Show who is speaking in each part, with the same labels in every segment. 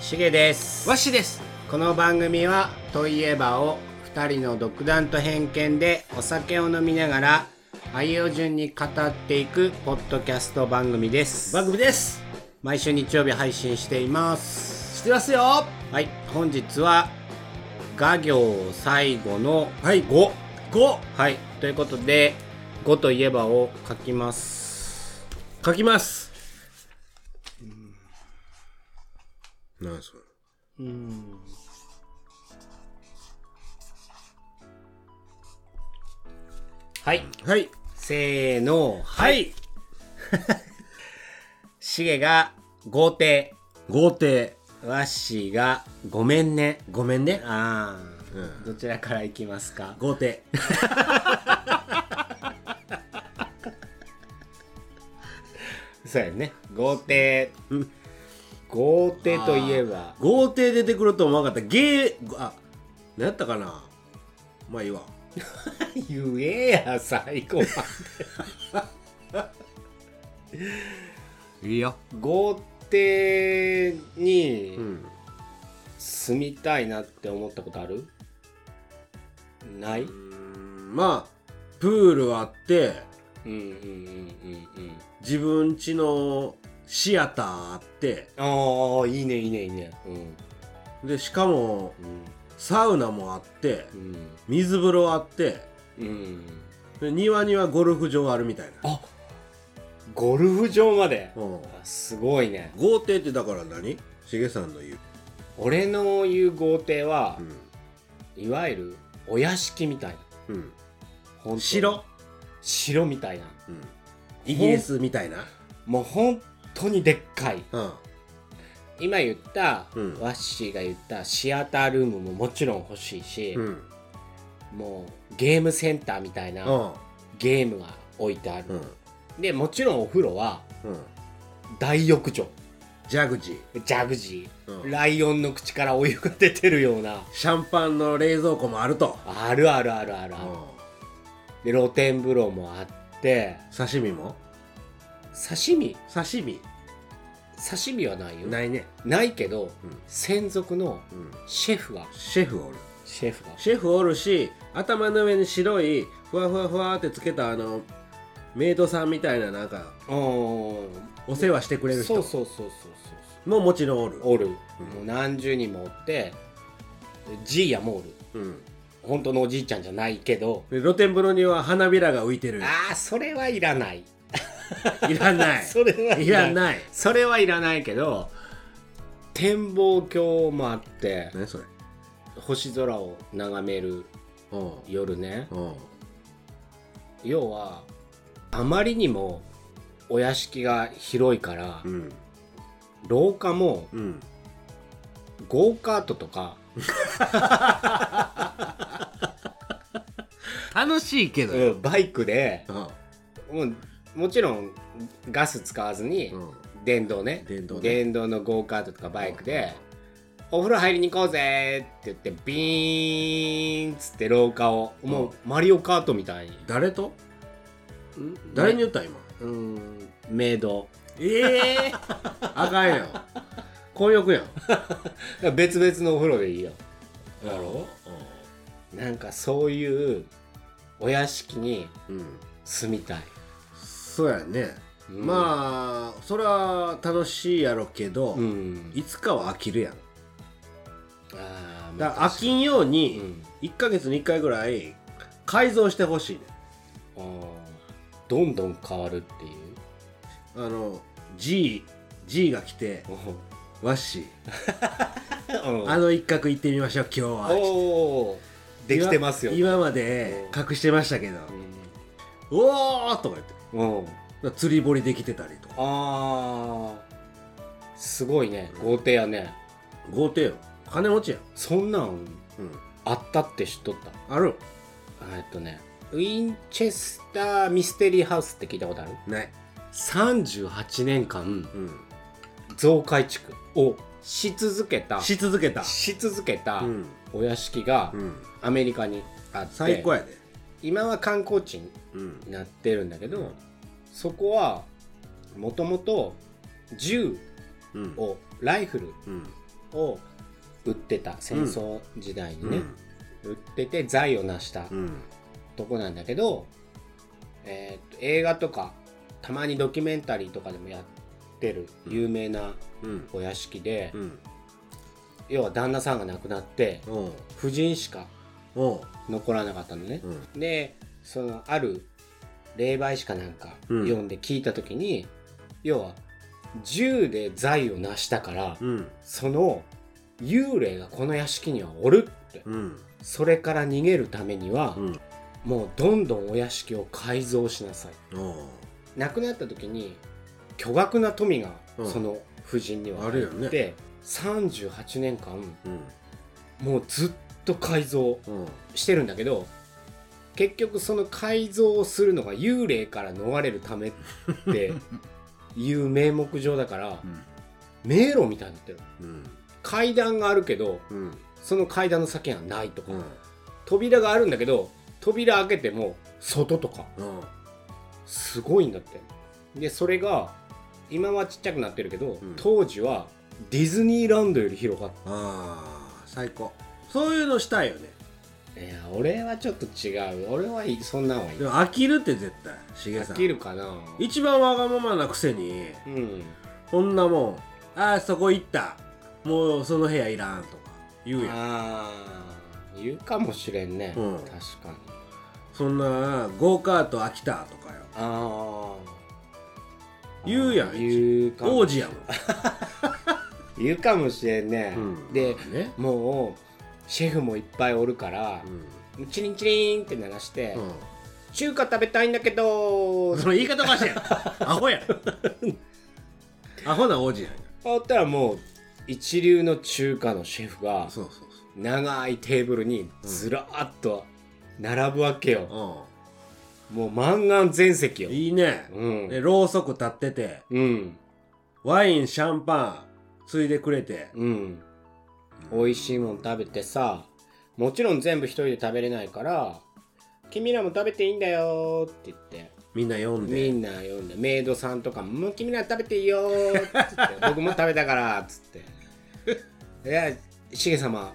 Speaker 1: しげです
Speaker 2: わしです
Speaker 1: この番組は「といえば」を2人の独断と偏見でお酒を飲みながら愛用順に語っていくポッドキャスト番組です
Speaker 2: 番組です
Speaker 1: 毎週日曜日配信しています
Speaker 2: してますよは
Speaker 1: はい本日は「画行最後の
Speaker 2: い
Speaker 1: 5」
Speaker 2: 5
Speaker 1: はいということで「5といえば」を書きます
Speaker 2: 書きます
Speaker 3: 何それ
Speaker 1: はい
Speaker 3: はい
Speaker 1: せーの
Speaker 2: は
Speaker 1: はい
Speaker 2: い
Speaker 1: しげが豪邸
Speaker 3: 豪邸
Speaker 1: わっしーがごめんね
Speaker 3: ごめんね
Speaker 1: ああ、
Speaker 3: うん
Speaker 1: どちらからいきますか
Speaker 3: 豪邸
Speaker 1: そうやね豪邸豪邸といえば
Speaker 3: 豪邸出てくると思わなかったゲーあ何やったかなまあいいわ
Speaker 1: 言えや最後ま
Speaker 3: いいよ
Speaker 1: で豪邸
Speaker 3: う
Speaker 1: に
Speaker 3: ん
Speaker 1: 住みたいなって思ったことあるない、う、
Speaker 3: うんんまあプールあって
Speaker 1: うんうんうんうんうん
Speaker 3: 自分家のシアターあって
Speaker 1: ああいいねいいねいいねうん
Speaker 3: でしかも
Speaker 1: うん
Speaker 3: サウナもあって
Speaker 1: うん
Speaker 3: 水風呂あって
Speaker 1: うん
Speaker 3: で庭にはゴルフ場あるみたいな
Speaker 1: あゴルフ場まで、
Speaker 3: うん
Speaker 1: あすごいね
Speaker 3: 豪邸ってだから何しげさんの言う、
Speaker 1: 俺の言う豪邸は、
Speaker 3: う
Speaker 1: いわゆるお屋敷みたいな
Speaker 3: う
Speaker 1: ん
Speaker 3: ん
Speaker 1: 本当に
Speaker 3: 城、
Speaker 1: 城みたいな
Speaker 3: うん、イギリスみたいな
Speaker 1: もう本当にでっかい
Speaker 3: うん
Speaker 1: 今言った、
Speaker 3: うん
Speaker 1: ワッシーが言ったシアタールームももちろん欲しいし、
Speaker 3: うん
Speaker 1: もうゲームセンターみたいな、
Speaker 3: うん
Speaker 1: ゲームが置いてあ
Speaker 3: う
Speaker 1: る、
Speaker 3: ん
Speaker 1: でもちろんお風呂は
Speaker 3: うん
Speaker 1: 大浴場
Speaker 3: ジャグジー
Speaker 1: ジャグジー、
Speaker 3: うん
Speaker 1: ライオンの口からお湯が出てるような
Speaker 3: シャンパンの冷蔵庫もあると、
Speaker 1: あるあるあるある
Speaker 3: う
Speaker 1: あ
Speaker 3: ん、
Speaker 1: る、で露天風呂もあって
Speaker 3: 刺身も
Speaker 1: 刺身
Speaker 3: 刺身
Speaker 1: 刺身はないよ
Speaker 3: ないね、
Speaker 1: ないけど、
Speaker 3: うん
Speaker 1: 専属の
Speaker 3: うん、
Speaker 1: シェフが
Speaker 3: シェフおる
Speaker 1: シェフが
Speaker 3: シェフおるし頭の上に白いふわふわふわってつけたあのメイドさんみたいななんか
Speaker 1: う
Speaker 3: お世話してくれ
Speaker 1: ん
Speaker 3: る
Speaker 1: そう
Speaker 3: 人
Speaker 1: そうそうそうそう
Speaker 3: ももちろんおる
Speaker 1: おる、
Speaker 3: うん
Speaker 1: もう何十人もおってじいやもおる
Speaker 3: うん、
Speaker 1: 本当のおじいちゃんじゃないけど
Speaker 3: で露天風呂には花びらが浮いてる
Speaker 1: ああそれはいらない
Speaker 3: いらな い
Speaker 1: それはい
Speaker 3: い
Speaker 1: らな
Speaker 3: ら
Speaker 1: い
Speaker 3: ない
Speaker 1: それはいらないけど展望鏡もあって
Speaker 3: 何それ
Speaker 1: 星空を眺める
Speaker 3: うん
Speaker 1: 夜ね
Speaker 3: うん
Speaker 1: 要はあまりにもお屋敷が広いから、
Speaker 3: うん
Speaker 1: 廊下も
Speaker 3: うん
Speaker 1: ゴーカートとか、
Speaker 3: 楽しいけどよ
Speaker 1: うんバイクで
Speaker 3: うん
Speaker 1: もうもちろんガス使わずに、
Speaker 3: うん
Speaker 1: 電動ね
Speaker 3: 電動ね
Speaker 1: 電動のゴーカートとかバイクで、お風呂入りに行こうぜって言ってビーンっつって廊下をもう、マリオカートみたいに
Speaker 3: 誰と誰に言った今
Speaker 1: うーんメイド
Speaker 3: ええ あかんよ混浴 やん
Speaker 1: だから別々のお風呂でいいよ
Speaker 3: だろ
Speaker 1: なんかそういうお屋敷に
Speaker 3: うん
Speaker 1: 住みたい、
Speaker 3: そうやね
Speaker 1: うん
Speaker 3: まあそれは楽しいやろけど
Speaker 1: うん
Speaker 3: いつかは飽きるやん
Speaker 1: あー
Speaker 3: だから飽きんよう
Speaker 1: う
Speaker 3: に
Speaker 1: ん
Speaker 3: 1ヶ月に1回ぐらい改造してほしいね
Speaker 1: あーどんどん変わるっていう
Speaker 3: あの G G が来てわっし
Speaker 1: うん
Speaker 3: あの一角行ってみましょう今日は
Speaker 1: おおできてますよ、
Speaker 3: 今今まで隠してましたけどおおとか言って
Speaker 1: うんうん
Speaker 3: だから釣り堀できてたりとか
Speaker 1: あーすごいね豪邸やね
Speaker 3: 豪邸よ金持ちやん
Speaker 1: そんなん
Speaker 3: うん
Speaker 1: あったって知っとった
Speaker 3: ある
Speaker 1: あえっとねウィンチェスターミステリーハウスって聞いたことある
Speaker 3: ない
Speaker 1: 38年間
Speaker 3: うん
Speaker 1: 増改築をし続けた
Speaker 3: し続けた
Speaker 1: し続けた
Speaker 3: うん
Speaker 1: お屋敷が
Speaker 3: うん
Speaker 1: アメリカにあって
Speaker 3: 最高やで
Speaker 1: 今は観光地に
Speaker 3: うん
Speaker 1: なってるんだけど、そこはもともと銃
Speaker 3: うん
Speaker 1: をライフル
Speaker 3: うん
Speaker 1: を売ってた戦争時代にね、売ってて財を成した
Speaker 3: うんうん
Speaker 1: とこなんだけど、えーっと映画とかたまにドキュメンタリーとかでもやってる有名な
Speaker 3: うん
Speaker 1: お屋敷で、
Speaker 3: うん
Speaker 1: 要は旦那さんが亡くなって
Speaker 3: おう
Speaker 1: 夫人しか
Speaker 3: おう
Speaker 1: 残らなかったのね
Speaker 3: う、ん
Speaker 1: でそのある霊媒師かなんか
Speaker 3: うん
Speaker 1: 読んで聞いた時に、要は銃で財を成したから、
Speaker 3: うん
Speaker 1: その幽霊がこの屋敷にはおるって、
Speaker 3: うん
Speaker 1: それから逃げるためには、
Speaker 3: うん
Speaker 1: もうどんどんお屋敷を改造しなさい
Speaker 3: おう
Speaker 1: 亡くなった時に巨額な富が
Speaker 3: うん
Speaker 1: その夫人には
Speaker 3: あるよ
Speaker 1: っ
Speaker 3: ね
Speaker 1: て、38年間
Speaker 3: うん
Speaker 1: もうずっと改造
Speaker 3: おう
Speaker 1: してるんだけど結局その改造をするのが幽霊から逃れるためって いう名目上だから迷路みたいになってる
Speaker 3: うん
Speaker 1: 階段があるけど
Speaker 3: うん
Speaker 1: その階段の先がないとか、
Speaker 3: うん
Speaker 1: 扉があるんだけど扉開けても外とか
Speaker 3: おう
Speaker 1: すごいんだってでそれが今はちっちゃくなってるけど、
Speaker 3: ん
Speaker 1: 当時はディズニーランドより広かっ
Speaker 3: ああ最高そういうのしたいよね
Speaker 1: たいや俺はちょっと違う俺はいいそんなのはいい
Speaker 3: でも飽きるって絶対しげさ
Speaker 1: 飽
Speaker 3: ん
Speaker 1: きるかな
Speaker 3: 一番わがままなくせに
Speaker 1: うん
Speaker 3: こんなもんああそこ行ったもうその部屋いらんとか言うやん
Speaker 1: あー言うかもしれんね、
Speaker 3: うん
Speaker 1: 確かに
Speaker 3: そんなゴーカート飽きたとかよ
Speaker 1: ああ
Speaker 3: 言うやん
Speaker 1: 言うかも
Speaker 3: 王子やもん
Speaker 1: 言うかもしれんね、
Speaker 3: うん
Speaker 1: で
Speaker 3: ね
Speaker 1: もうシェフもいっぱいおるから
Speaker 3: う、ん
Speaker 1: チリンチリンって鳴らして、
Speaker 3: うん
Speaker 1: 中華食べたいんだけど
Speaker 3: その言い方おかしいやん アホやんアホな王子やん
Speaker 1: あったらもう一流の中華のシェフが
Speaker 3: そうそうそ
Speaker 1: 長いテーブルにずらーっと並ぶわけよ、
Speaker 3: う、
Speaker 1: もう満願全席よ
Speaker 3: うん、いいね、
Speaker 1: うん
Speaker 3: でろうそく立ってて
Speaker 1: うん
Speaker 3: ワインシャンパンついでくれて
Speaker 1: うん美味しいもん食べてさもちろん全部一人で食べれないから君らも食べていいんだよって言って
Speaker 3: みんな読ん
Speaker 1: み
Speaker 3: で
Speaker 1: んな読んでメイドさんとかももう「君ら食べていいよ」っつって 「僕も食べたから」っつって「いやしげ様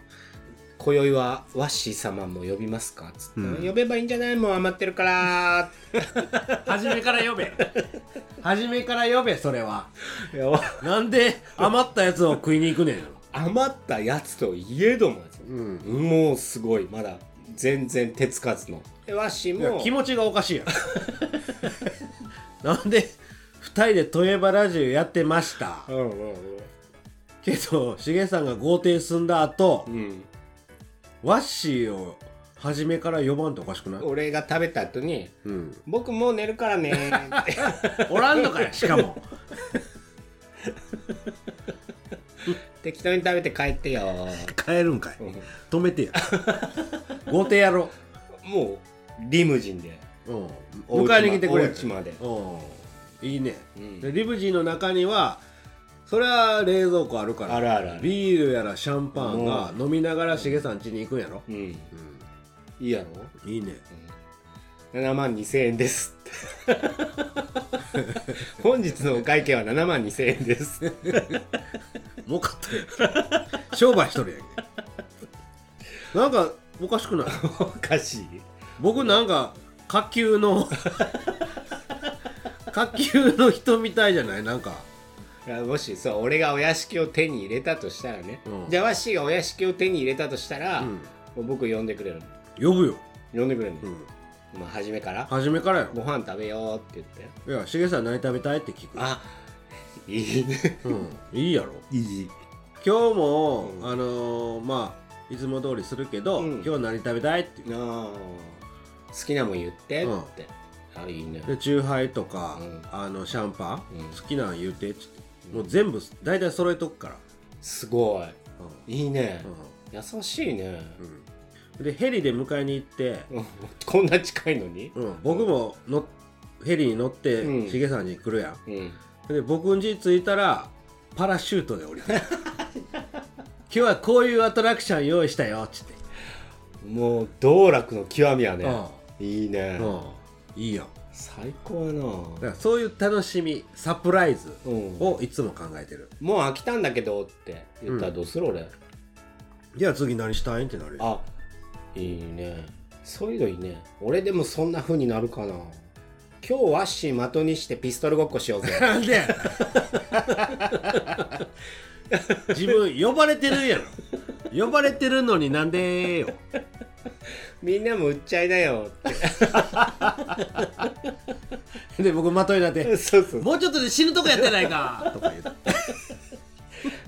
Speaker 1: 今宵はワッシー様も呼びますか?」っつって、
Speaker 3: うん
Speaker 1: 呼べばいいんじゃないもう余ってるから」
Speaker 3: 初めから呼べ初めから呼べそれは
Speaker 1: っていや
Speaker 3: なんで余ったやつを食いに行くねん
Speaker 1: 余ったやつといえどもですよ
Speaker 3: うん
Speaker 1: もうすごいまだ全然手つかずのでワッシーも
Speaker 3: 気持ちがおかしいやんなんで二人で「トエバラジオ」やってました
Speaker 1: うんうんうん
Speaker 3: けどしげさんが豪邸住んだ後
Speaker 1: うん、
Speaker 3: ワッシーを初めから呼ばんとおかしくない
Speaker 1: 俺が食べた後に
Speaker 3: うん
Speaker 1: 「僕もう寝るからね」 って
Speaker 3: おらんのか よしかも
Speaker 1: 適当に食べて帰ってよ
Speaker 3: 帰るんかい
Speaker 1: うん
Speaker 3: 止めてや豪邸やろ
Speaker 1: もうリムジンで
Speaker 3: うん
Speaker 1: お家ま
Speaker 3: 迎えに来てくれ
Speaker 1: お家まで
Speaker 3: うんいいね、
Speaker 1: うん
Speaker 3: でリブジーの中にはそれは冷蔵庫あるから
Speaker 1: あるあるある
Speaker 3: ビールやらシャンパンが飲みながらしげさん家に行くんやろ
Speaker 1: う、んいいやろ
Speaker 3: いいね
Speaker 1: 7万2千円ですって 本日のお会計は7万2千円です
Speaker 3: 儲かったやん商売しとるやんけなんかおかしくない
Speaker 1: おかしい
Speaker 3: 僕なんか下級の 下級の人みたいじゃないなんか
Speaker 1: いやもしそう俺がお屋敷を手に入れたとしたらね、
Speaker 3: うん
Speaker 1: じゃあわしがお屋敷を手に入れたとしたら、
Speaker 3: うん
Speaker 1: もう僕呼んでくれる
Speaker 3: 呼ぶよ、
Speaker 1: 呼んでくれるの、
Speaker 3: うん、
Speaker 1: まあ、初めから
Speaker 3: 初めからや
Speaker 1: ご飯食べようって言って
Speaker 3: ろいやしげさん何食べたいって聞く、
Speaker 1: あいいね
Speaker 3: うん、いいやろ
Speaker 1: いい
Speaker 3: 今日も、
Speaker 1: うん
Speaker 3: あのーまあいつも通りするけど、
Speaker 1: うん
Speaker 3: 今日何食べたいって言
Speaker 1: なあ好きなもん言ってって、
Speaker 3: うん
Speaker 1: あいいね
Speaker 3: うでチューハイとか、
Speaker 1: うん
Speaker 3: あのシャンパン、
Speaker 1: うん
Speaker 3: 好きなん言うてっつってもう全部大体揃えとくから、
Speaker 1: すご
Speaker 3: う
Speaker 1: いいいね、
Speaker 3: ん
Speaker 1: 優しいね、
Speaker 3: うんうん、でヘリで迎えに行って、
Speaker 1: こんな近いのに
Speaker 3: うん、僕ものヘリに乗って
Speaker 1: うん
Speaker 3: しげ、さんに来るやん
Speaker 1: うん、
Speaker 3: で僕ん家着いたらパラシュートで降りて 今日はこういうアトラクション用意したよっつって、
Speaker 1: もう道楽の極みやね、
Speaker 3: うん
Speaker 1: いいね、
Speaker 3: うん、いいやん
Speaker 1: す最高やな
Speaker 3: だからそういう楽しみサプライズ
Speaker 1: うん
Speaker 3: をいつも考えてる
Speaker 1: もう飽きたんだけどって言ったらどうする、俺
Speaker 3: じゃあ次何したいんってなるよ
Speaker 1: あいいねそういうのいいね俺でもそんな風になるかな今日ワッシー的にしてピストルごっこしようぜ
Speaker 3: なんでや 自分呼ばれてるやろ呼ばれてるのになんでよ
Speaker 1: みんなも売っちゃいなよっ
Speaker 3: で僕的になってて
Speaker 1: そう
Speaker 3: 「
Speaker 1: そう
Speaker 3: もうちょっとで死ぬとこやってないか」とか言って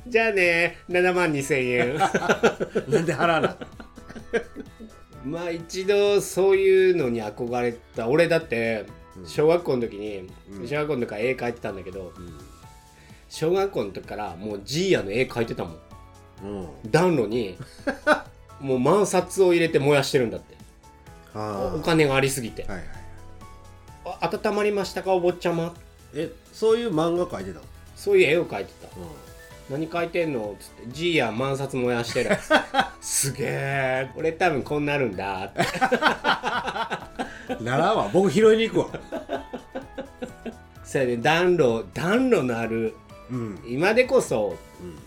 Speaker 1: じゃあね7万2000円
Speaker 3: なんで払わな
Speaker 1: まあ一度そういうのに憧れた俺だって小学校の時に、
Speaker 3: うん
Speaker 1: 小学校の時から絵描いてたんだけど小学校の時からもうジーヤの絵描いてたもん
Speaker 3: うん、うん
Speaker 1: 暖炉 にもう万札を入れて燃やしてるんだって
Speaker 3: は
Speaker 1: お金がありすぎて
Speaker 3: あはいはい
Speaker 1: あ温まりましたかお坊ちゃま
Speaker 3: えそういう漫画描いてたの、
Speaker 1: そういう絵を描いてた
Speaker 3: うん、
Speaker 1: 何描いてんのっつって「G や万札燃やして る」すげえ俺多分こんなるんだって
Speaker 3: ならんわ僕拾いに行くわ、
Speaker 1: それで暖炉暖炉のある
Speaker 3: うん
Speaker 1: 今でこそ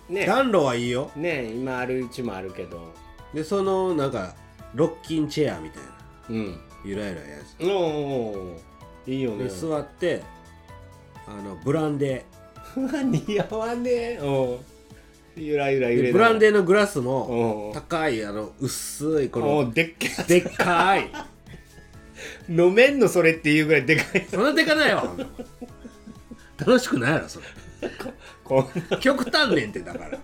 Speaker 3: ね、
Speaker 1: ね
Speaker 3: 暖炉はいいよ
Speaker 1: ね今あるうちもあるけど
Speaker 3: でそのなんかロッキンチェアみたいな
Speaker 1: うん
Speaker 3: ゆらゆらやつ
Speaker 1: おーおーいいよね
Speaker 3: で座ってあのブランデ
Speaker 1: うわ似合わねえおうゆらゆら
Speaker 3: ー
Speaker 1: 揺れ
Speaker 3: で
Speaker 1: な
Speaker 3: ブ
Speaker 1: がら
Speaker 3: ランデーのグラスも
Speaker 1: おう
Speaker 3: 高いあの薄いこ
Speaker 1: お
Speaker 3: の
Speaker 1: うでっけ
Speaker 3: でっかい
Speaker 1: え飲めんのそれっていうぐらいでかい
Speaker 3: そんなでか ないわほんなもん楽しくないやろそれ
Speaker 1: こん
Speaker 3: 極端ねんってだ から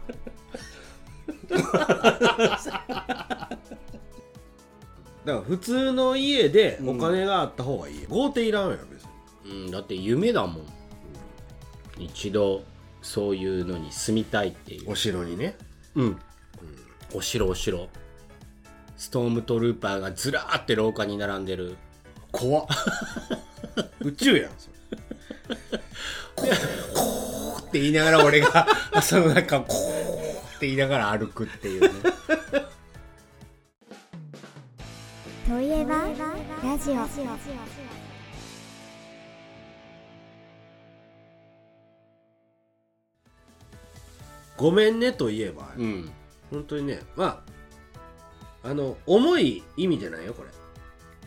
Speaker 3: だから普通の家でお金があった方がいい、豪邸いらんよ別に
Speaker 1: うん、だって夢だもん、一度そういうのに住みたいっていう
Speaker 3: お城にね
Speaker 1: うん、お城お城ストームトルーパーがずらーって廊下に並んでる
Speaker 3: 怖っ宇宙やんそれ
Speaker 1: って言いながら俺が その中こうって言いながら歩くっていうね
Speaker 2: といえばラジオ
Speaker 3: ごめんねといえば、
Speaker 1: うん
Speaker 3: 本当にねまああの重い意味じゃないよこ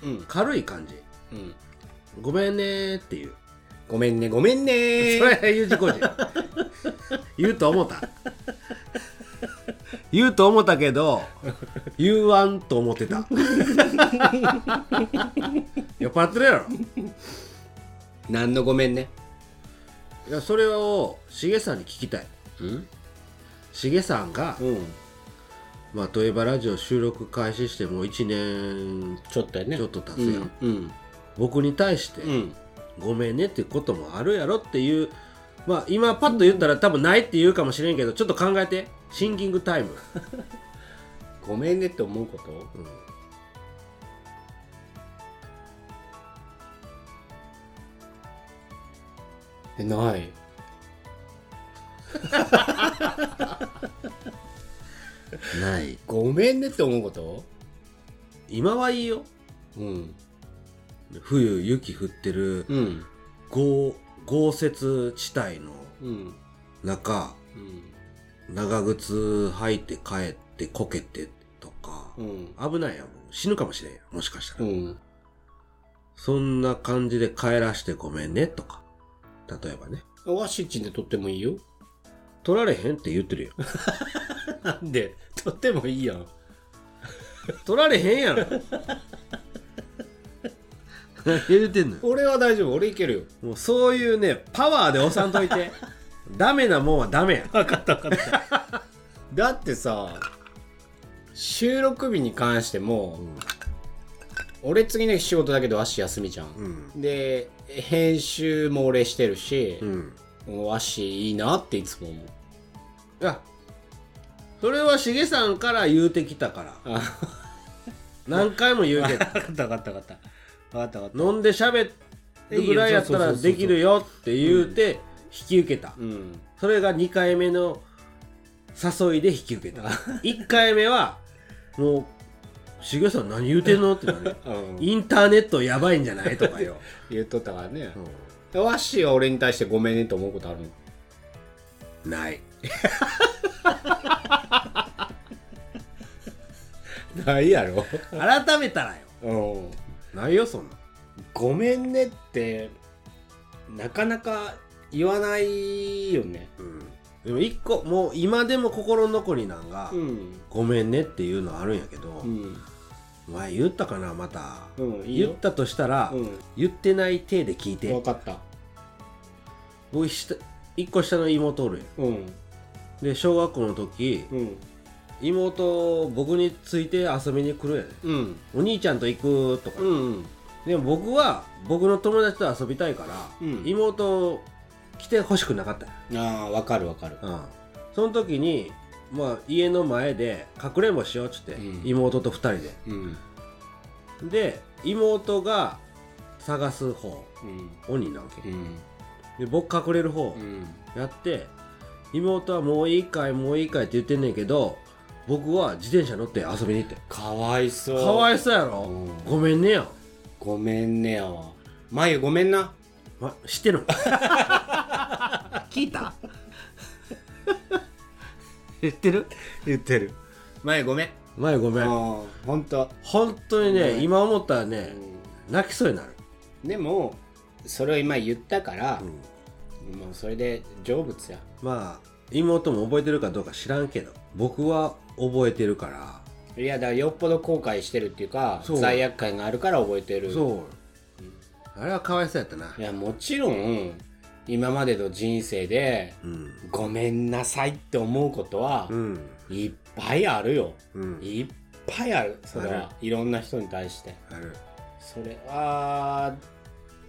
Speaker 3: れ
Speaker 1: うん
Speaker 3: 軽い感じ
Speaker 1: うん
Speaker 3: ごめんねーっていう、
Speaker 1: ごめんねごめんね
Speaker 3: それ U 字工事言うと思った言うと思ったけど言わんと思ってた 酔っ払ってるやろ
Speaker 1: 何のごめんね
Speaker 3: いやそれをしげさんに聞きたい
Speaker 1: うん
Speaker 3: しげさんが
Speaker 1: うん
Speaker 3: 「まあ、といえばラジオ」収録開始してもう1年
Speaker 1: ちょっとやね
Speaker 3: ちょっと経つ
Speaker 1: う
Speaker 3: やん
Speaker 1: んうん
Speaker 3: 僕に対して「
Speaker 1: うん
Speaker 3: ごめんね」っていうこともあるやろっていうまあ今パッと言ったら多分ないって言うかもしれんけどちょっと考えてシンキングタイム
Speaker 1: ごめんねって思うことえない
Speaker 3: ない
Speaker 1: ごめんねって思うこと
Speaker 3: 今はいいよ
Speaker 1: うん
Speaker 3: 冬雪降ってる
Speaker 1: うん
Speaker 3: 豪豪雪地帯の
Speaker 1: うん
Speaker 3: 中
Speaker 1: うん
Speaker 3: 長靴履いて帰ってこけてとか
Speaker 1: うん
Speaker 3: 危ないやん死ぬかもしれんやんもしかした
Speaker 1: う
Speaker 3: ら、
Speaker 1: ん
Speaker 3: そんな感じで帰らしてごめんねとか例えばね
Speaker 1: ワシッチンで撮ってもいいよ
Speaker 3: 取られへんって言ってるよ
Speaker 1: なんで撮ってもいいやん
Speaker 3: 取られへんやろ何言ってんのよ
Speaker 1: 俺は大丈夫俺いけるよ
Speaker 3: もうそういうねパワーで押さんとい てダメなもんはダメや
Speaker 1: 分かった分かっただってさ収録日に関しても、俺次の日仕事だけどワシ休みじゃん、
Speaker 3: ん
Speaker 1: で編集も俺してるし
Speaker 3: う、ん
Speaker 1: もうワシいいなっていつも思う
Speaker 3: いやそれはしげさんから言うてきたから
Speaker 1: あ
Speaker 3: 何回も言うけど
Speaker 1: 分かった分かった分かった分かった分かっ
Speaker 3: 飲んで喋るぐらいやったらできるよって言うて引き受けた
Speaker 1: たうん
Speaker 3: それが2回目の誘いで引き受けた1回目はもうしげさん何言うてんのってなる
Speaker 1: うん、
Speaker 3: インターネットやばいんじゃないとかよ、
Speaker 1: 言っとったからね
Speaker 3: う、
Speaker 1: ワッシーは俺に対してごめんねと思うことあるの
Speaker 3: んない
Speaker 1: ないやろ、
Speaker 3: 改めたらよ
Speaker 1: うん、
Speaker 3: ないよそんな
Speaker 1: ごめんねってなかなか言わないよね
Speaker 3: うんでも一個もう今でも心残りなんが、
Speaker 1: うん
Speaker 3: ごめんねっていうのあるんやけど、
Speaker 1: うん
Speaker 3: お前言ったかなまた、
Speaker 1: うんいい
Speaker 3: 言っ
Speaker 1: よ
Speaker 3: たとしたら、
Speaker 1: う
Speaker 3: 言ってない体で聞い
Speaker 1: んわ
Speaker 3: て
Speaker 1: かった
Speaker 3: 僕下一個下の妹おるんよ
Speaker 1: うん
Speaker 3: で小学校の時
Speaker 1: うん
Speaker 3: 妹僕について遊びに来るんやね
Speaker 1: うん
Speaker 3: お兄ちゃんと行くとか、
Speaker 1: うん
Speaker 3: でも僕は僕の友達と遊びたいから、
Speaker 1: うん
Speaker 3: 妹来てほしくなかったよ
Speaker 1: ああわかるわかる
Speaker 3: うん、その時に、まあ、家の前でかくれんぼしようっつって、
Speaker 1: うん
Speaker 3: 妹と2人で
Speaker 1: うん
Speaker 3: で妹が探す方
Speaker 1: うん
Speaker 3: 鬼なわけ、
Speaker 1: うん
Speaker 3: で僕隠れる方
Speaker 1: うん
Speaker 3: やって、妹はもういいかいもういいかいって言ってんねんけど僕は自転車乗って遊びに行って
Speaker 1: かわいそう
Speaker 3: かわいそうやろ、
Speaker 1: うん
Speaker 3: ごめんねやん、
Speaker 1: ごめんねよまゆごめんな
Speaker 3: ま、知ってるの 聞いた知ってる
Speaker 1: 言ってるまゆごめん
Speaker 3: 前ごめん
Speaker 1: ああほんと
Speaker 3: 本当にね、今思ったらね、
Speaker 1: う
Speaker 3: 泣きそうになる、
Speaker 1: んでもそれを今言ったから
Speaker 3: うん
Speaker 1: もうそれで成仏や
Speaker 3: まあ妹も覚えてるかどうか知らんけど僕は覚えてるから、
Speaker 1: いやだからよっぽど後悔してるっていうか
Speaker 3: そう
Speaker 1: 罪悪感があるから覚えてる
Speaker 3: そうあれはかわいそうやったな
Speaker 1: やもちろん今までの人生で
Speaker 3: うん
Speaker 1: ごめんなさいって思うことは
Speaker 3: うん
Speaker 1: いっぱいあるよ
Speaker 3: うん
Speaker 1: いっぱいあるそれ
Speaker 3: あ
Speaker 1: はいろんな人に対して
Speaker 3: ある
Speaker 1: それは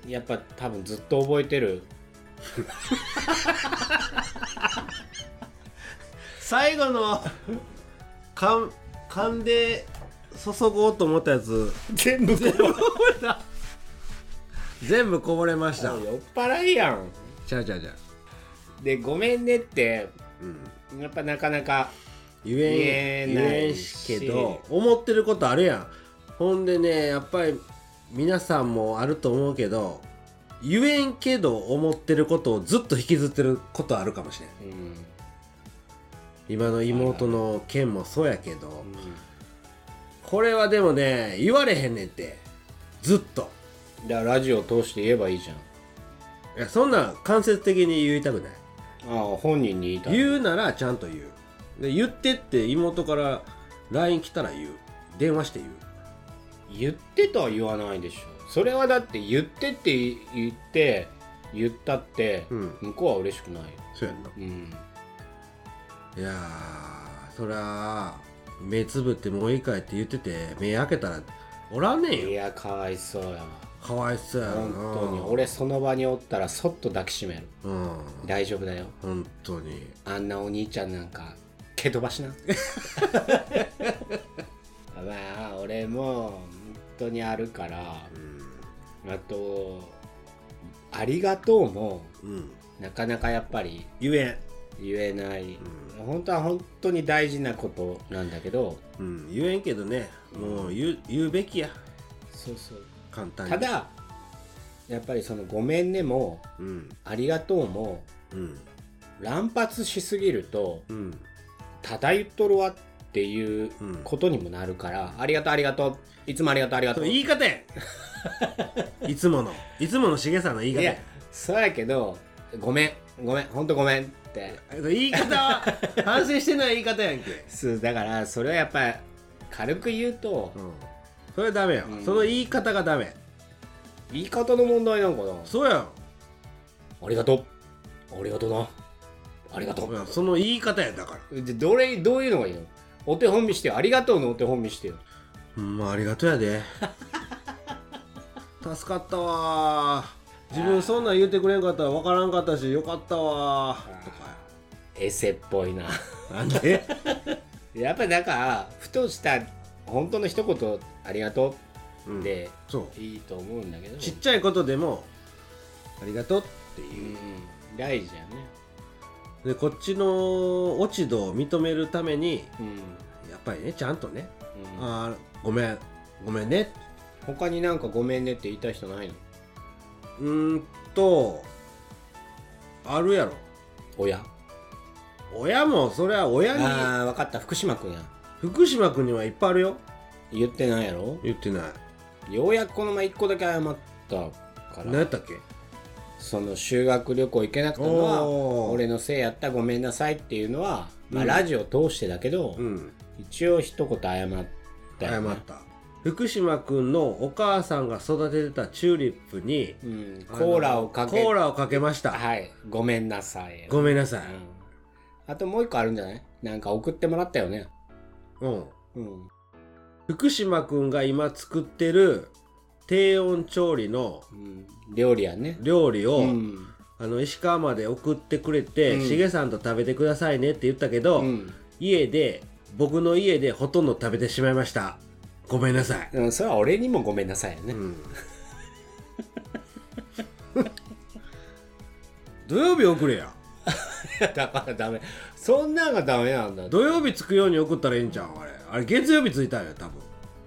Speaker 1: やっぱ多分ずっと覚えてる
Speaker 3: 最後のかん勘で注ごうと思ったやつ
Speaker 1: 全部酔っ
Speaker 3: 全部こぼれました
Speaker 1: 払いやん
Speaker 3: ちゃうちゃうちゃう
Speaker 1: でごめんねって
Speaker 3: うん
Speaker 1: やっぱなかなか
Speaker 3: 言えん言
Speaker 1: 言えない
Speaker 3: えんしけど思ってることあるやんほんでねやっぱり皆さんもあると思うけど言えんけど思ってることをずっと引きずってることあるかもしれん
Speaker 1: うん
Speaker 3: 今の妹の件もそうやけどこれはでもね言われへんねんってずっと
Speaker 1: だからラジオ通して言えばいいじゃん
Speaker 3: いやそんなん間接的に言いたくない
Speaker 1: ああ本人に言いたい
Speaker 3: 言うならちゃんと言うで言ってって妹から LINE 来たら言う電話して言う
Speaker 1: 言ってとは言わないでしょそれはだって言ってって言って言ったって
Speaker 3: うん
Speaker 1: 向こうは嬉しくないよ
Speaker 3: そうやんな
Speaker 1: うん
Speaker 3: いやーそりゃ目つぶってもういいかいって言ってて目開けたらおらんねん
Speaker 1: い
Speaker 3: よ
Speaker 1: やかわいそうやわ
Speaker 3: かわいそうやろな
Speaker 1: 本当に俺その場におったらそっと抱きしめる
Speaker 3: うん
Speaker 1: 大丈夫だよ
Speaker 3: 本当に
Speaker 1: あんなお兄ちゃんなんか蹴飛ば しなまあ俺も本当にあるから
Speaker 3: うん
Speaker 1: あと「ありがとう」も
Speaker 3: うん
Speaker 1: なかなかやっぱり
Speaker 3: ゆえ
Speaker 1: 言えない、本当は本当に大事なことなんだけど
Speaker 3: んうん言えんけどねもう言う言うべきや
Speaker 1: そうそう
Speaker 3: 簡単に
Speaker 1: ただやっぱりその「ごめんね」も
Speaker 3: うん
Speaker 1: 「ありがとう」も
Speaker 3: うん
Speaker 1: 乱発しすぎると
Speaker 3: うん
Speaker 1: 「ただ言っとるわ」っていうことにもなるから「ありがとうありがとういつもありがとうありが
Speaker 3: そ
Speaker 1: と
Speaker 3: の
Speaker 1: う」
Speaker 3: 言い方や いつものいつものしげさんの言い
Speaker 1: い
Speaker 3: 方や
Speaker 1: やそうやけど「ごめんごめん本当ごめん」って
Speaker 3: 言い方 は反省してない言い方やんけ
Speaker 1: そうだからそれはやっぱり軽く言うと
Speaker 3: うんそれはダメよ、
Speaker 1: うん
Speaker 3: その言い方がダメ
Speaker 1: 言い方の問題なんかな
Speaker 3: そうやん
Speaker 1: ありがとう。ありがとうな。ありがと。
Speaker 3: いうやその言い方やだから
Speaker 1: でどれどういうのがいいのお手本見してよ。ありがとうのお手本見してよ。
Speaker 3: うんまあありがとうやで 助かったわー自分そんなん言うてくれんかったら分からんかったしよかったわーと
Speaker 1: エセっぽいな。
Speaker 3: かなんで
Speaker 1: やっぱなんか、ふとした本当の一言、ありがとうで
Speaker 3: そ
Speaker 1: いいと思うんだけど。
Speaker 3: うちっちゃいことでもありがとうって
Speaker 1: う。
Speaker 3: いうん
Speaker 1: 大事やね。
Speaker 3: でこっちの落ち度を認めるために
Speaker 1: うん。
Speaker 3: やっぱりねちゃんとね「
Speaker 1: うん
Speaker 3: あーごめんごめんね」
Speaker 1: 他になんかごめんねって言いたい人ないの
Speaker 3: うーんとあるやろ
Speaker 1: 親
Speaker 3: 親もそれは親に
Speaker 1: ああ分かった福島君や
Speaker 3: 福島君にはいっぱいあるよ
Speaker 1: 言ってないやろ
Speaker 3: 言ってない
Speaker 1: ようやくこの前1個だけ謝ったか
Speaker 3: 何や
Speaker 1: ら
Speaker 3: ったっけ
Speaker 1: その修学旅行行けなくたのは
Speaker 3: おー
Speaker 1: 俺のせいやったごめんなさいっていうのは、まあ、
Speaker 3: うん
Speaker 1: ラジオ通してだけど、
Speaker 3: うん
Speaker 1: 一応一言謝った
Speaker 3: 謝
Speaker 1: よね
Speaker 3: った福島君のお母さんが育ててたチューリップに
Speaker 1: うん、
Speaker 3: あの
Speaker 1: コーラをかけ
Speaker 3: コーラをかけました
Speaker 1: はいごめんなさい
Speaker 3: ごめんなさい
Speaker 1: うんあともう一個あるんじゃないなんか送ってもらったよね
Speaker 3: うん
Speaker 1: うん
Speaker 3: 福島君が今作ってる低温調理の
Speaker 1: うん料理やね
Speaker 3: 料理を、
Speaker 1: うん
Speaker 3: あの石川まで送ってくれて、
Speaker 1: うん
Speaker 3: しげさんと食べてくださいねって言ったけど、
Speaker 1: うん
Speaker 3: 家で僕の家でほとんど食べてしまいましたごめんなさい、
Speaker 1: うんそれは俺にもごめんなさいよね、
Speaker 3: うん、土曜日送れや
Speaker 1: だからダメそんなんがダメなんだ
Speaker 3: 土曜日着くように送ったらいいんじゃんあれあれ月曜日着いたんや多分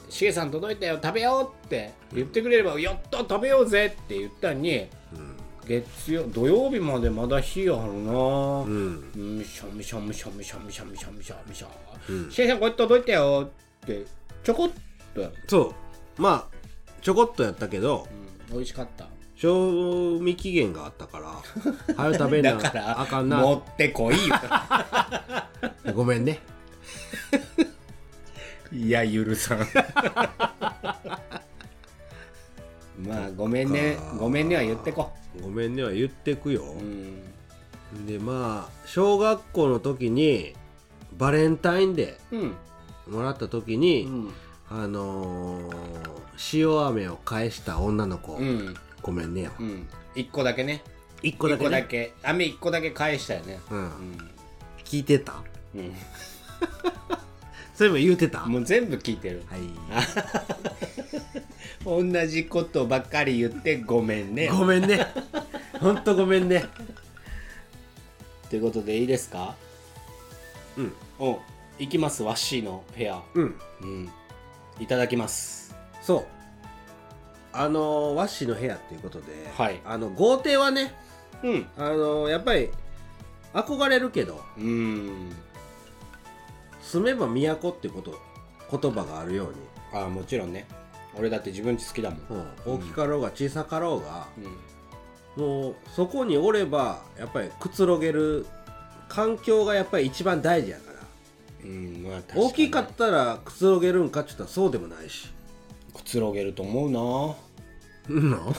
Speaker 1: しげさん届いたよ食べようって言ってくれれば、やった食べようぜって言ったのに、月曜土曜日までまだ日あるな
Speaker 3: う
Speaker 1: ぁ
Speaker 3: ん
Speaker 1: むしゃむしゃむしゃむしゃむしゃむしゃむしゃむしゃ
Speaker 3: うん
Speaker 1: しげさんこれ届いたよってちょこっと、うん、
Speaker 3: そうまあちょこっとやったけど
Speaker 1: 美味しかった
Speaker 3: 賞味期限があったから 早く食べ
Speaker 1: だ
Speaker 3: な
Speaker 1: から
Speaker 3: あかん
Speaker 1: 持
Speaker 3: な
Speaker 1: ってこいよ
Speaker 3: ごめんね
Speaker 1: いやゆるさん まあごめんねごめんねは言ってこ
Speaker 3: ごめんねは言ってくよ、
Speaker 1: うん
Speaker 3: でまあ小学校の時にバレンタインデ
Speaker 1: うん
Speaker 3: ーもらった時
Speaker 1: う
Speaker 3: に、
Speaker 1: ん
Speaker 3: あのー塩飴を返した女の子、
Speaker 1: うん
Speaker 3: ごめんねよ
Speaker 1: うん1個だけね
Speaker 3: 一個だ
Speaker 1: 1
Speaker 3: け,、
Speaker 1: 個だ
Speaker 3: ね
Speaker 1: け飴1個だけ返したよね
Speaker 3: う、
Speaker 1: うんん
Speaker 3: 聞いてた
Speaker 1: うん
Speaker 3: それも言うてた
Speaker 1: もう全部聞いてる
Speaker 3: は
Speaker 1: 同じことばっかり言ってごめん
Speaker 3: い
Speaker 1: ね
Speaker 3: ごめんね ほんとごめんね
Speaker 1: ということでいいですか
Speaker 3: うん
Speaker 1: おう行きますワッシーの部屋
Speaker 3: うん
Speaker 1: うんいただきます
Speaker 3: そうあのー、和紙の部屋っていうことで、
Speaker 1: はい
Speaker 3: あの豪邸はね
Speaker 1: うん
Speaker 3: あのー、やっぱり憧れるけど
Speaker 1: うーん
Speaker 3: 住めば都ってこと言葉があるように
Speaker 1: ああもちろんね俺だって自分家好きだもん
Speaker 3: うん、大きかろうが小さかろうが、
Speaker 1: うん
Speaker 3: もうそこにおればやっぱりくつろげる環境がやっぱり一番大事やから
Speaker 1: うんまあ確かに
Speaker 3: 大きかったらくつろげるんかって言ったらそうでもないし
Speaker 1: くつろげると思うな
Speaker 3: うんの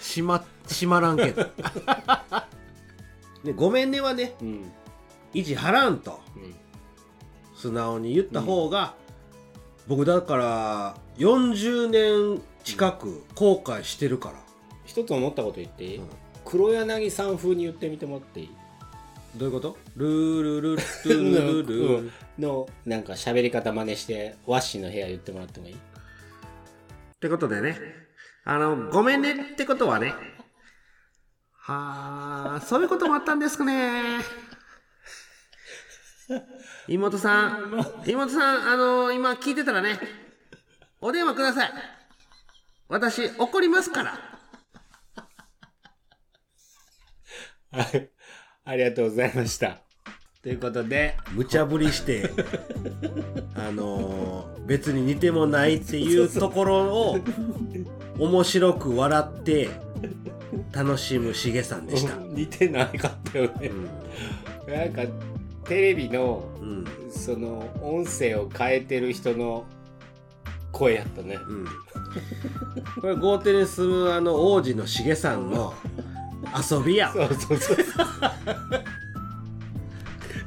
Speaker 3: しましまらんけどねごめんねはね
Speaker 1: うん
Speaker 3: 意地張らんと
Speaker 1: うん
Speaker 3: 素直に言った方が、僕だから40年近く後悔してるから、
Speaker 1: 一つ思ったこと言っていい、
Speaker 3: うん
Speaker 1: 黒柳さん風に言ってみてもらっていい
Speaker 3: どういうことルールルルルルルル
Speaker 1: のなんか喋り方真似してワッシーの部屋言ってもらってもいい
Speaker 3: ってことでね、あの、ごめんねってことはね、はあ、そういうこともあったんですかね。妹さん、妹さん、あの、今聞いてたらね、お電話ください。私、怒りますから。
Speaker 1: はい。ありがとうございました。ということで、
Speaker 3: 無茶ぶりして、あの別に似てもないっていうところを、面白く笑って、楽しむしげさんでした。
Speaker 1: 似てなかったよね。なんか、テレビの、
Speaker 3: うん
Speaker 1: その、音声を変えてる人の声やったね。
Speaker 3: うん、これ豪邸に住むあの王子のしげさんの遊びや
Speaker 1: そうそうそう。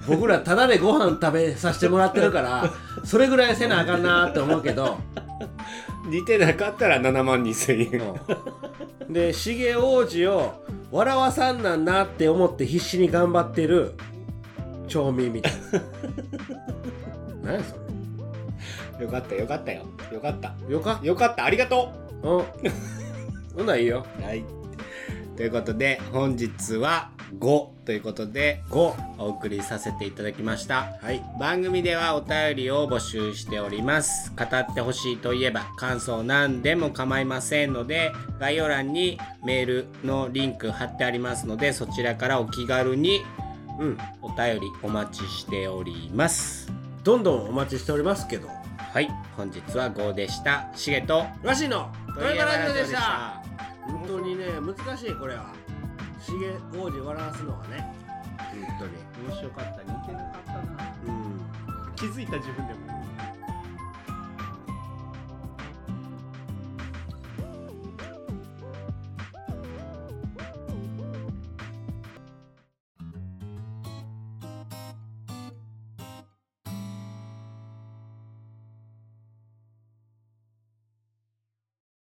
Speaker 3: 僕らただでご飯食べさせてもらってるからそれぐらいせなあかんなって思うけど、
Speaker 1: 似てなかったら7万2千円。
Speaker 3: うんでしげ王子を笑わさんなんなって思って必死に頑張ってる町民みたいな何やそ
Speaker 1: よかったよかったよ。よかった。
Speaker 3: れよか
Speaker 1: よかった。ありがと
Speaker 3: うんほんならいいよ
Speaker 1: う。はい。ということで、本日は、 5ということで
Speaker 3: 5
Speaker 1: お送りさせていただきました
Speaker 3: はい
Speaker 1: 番組ではお便りを募集しております語ってほしいといえば感想何でも構いませんので概要欄にメールのリンク貼ってありますのでそちらからお気軽に
Speaker 3: うん
Speaker 1: お便りお待ちしております
Speaker 3: どんどんお待ちしておりますけど
Speaker 1: はい本日は5でしたしげと
Speaker 3: わしの
Speaker 1: ト
Speaker 3: ト
Speaker 1: イ
Speaker 3: イ
Speaker 1: バ
Speaker 3: バ
Speaker 1: ラ
Speaker 3: ラジオ
Speaker 1: ジオで
Speaker 3: で
Speaker 1: し
Speaker 3: したた本当にね難しいこれはしげ王子笑わすのはね本当に
Speaker 1: 面白かった似てなかったな
Speaker 3: うん
Speaker 1: 気づいた自分でも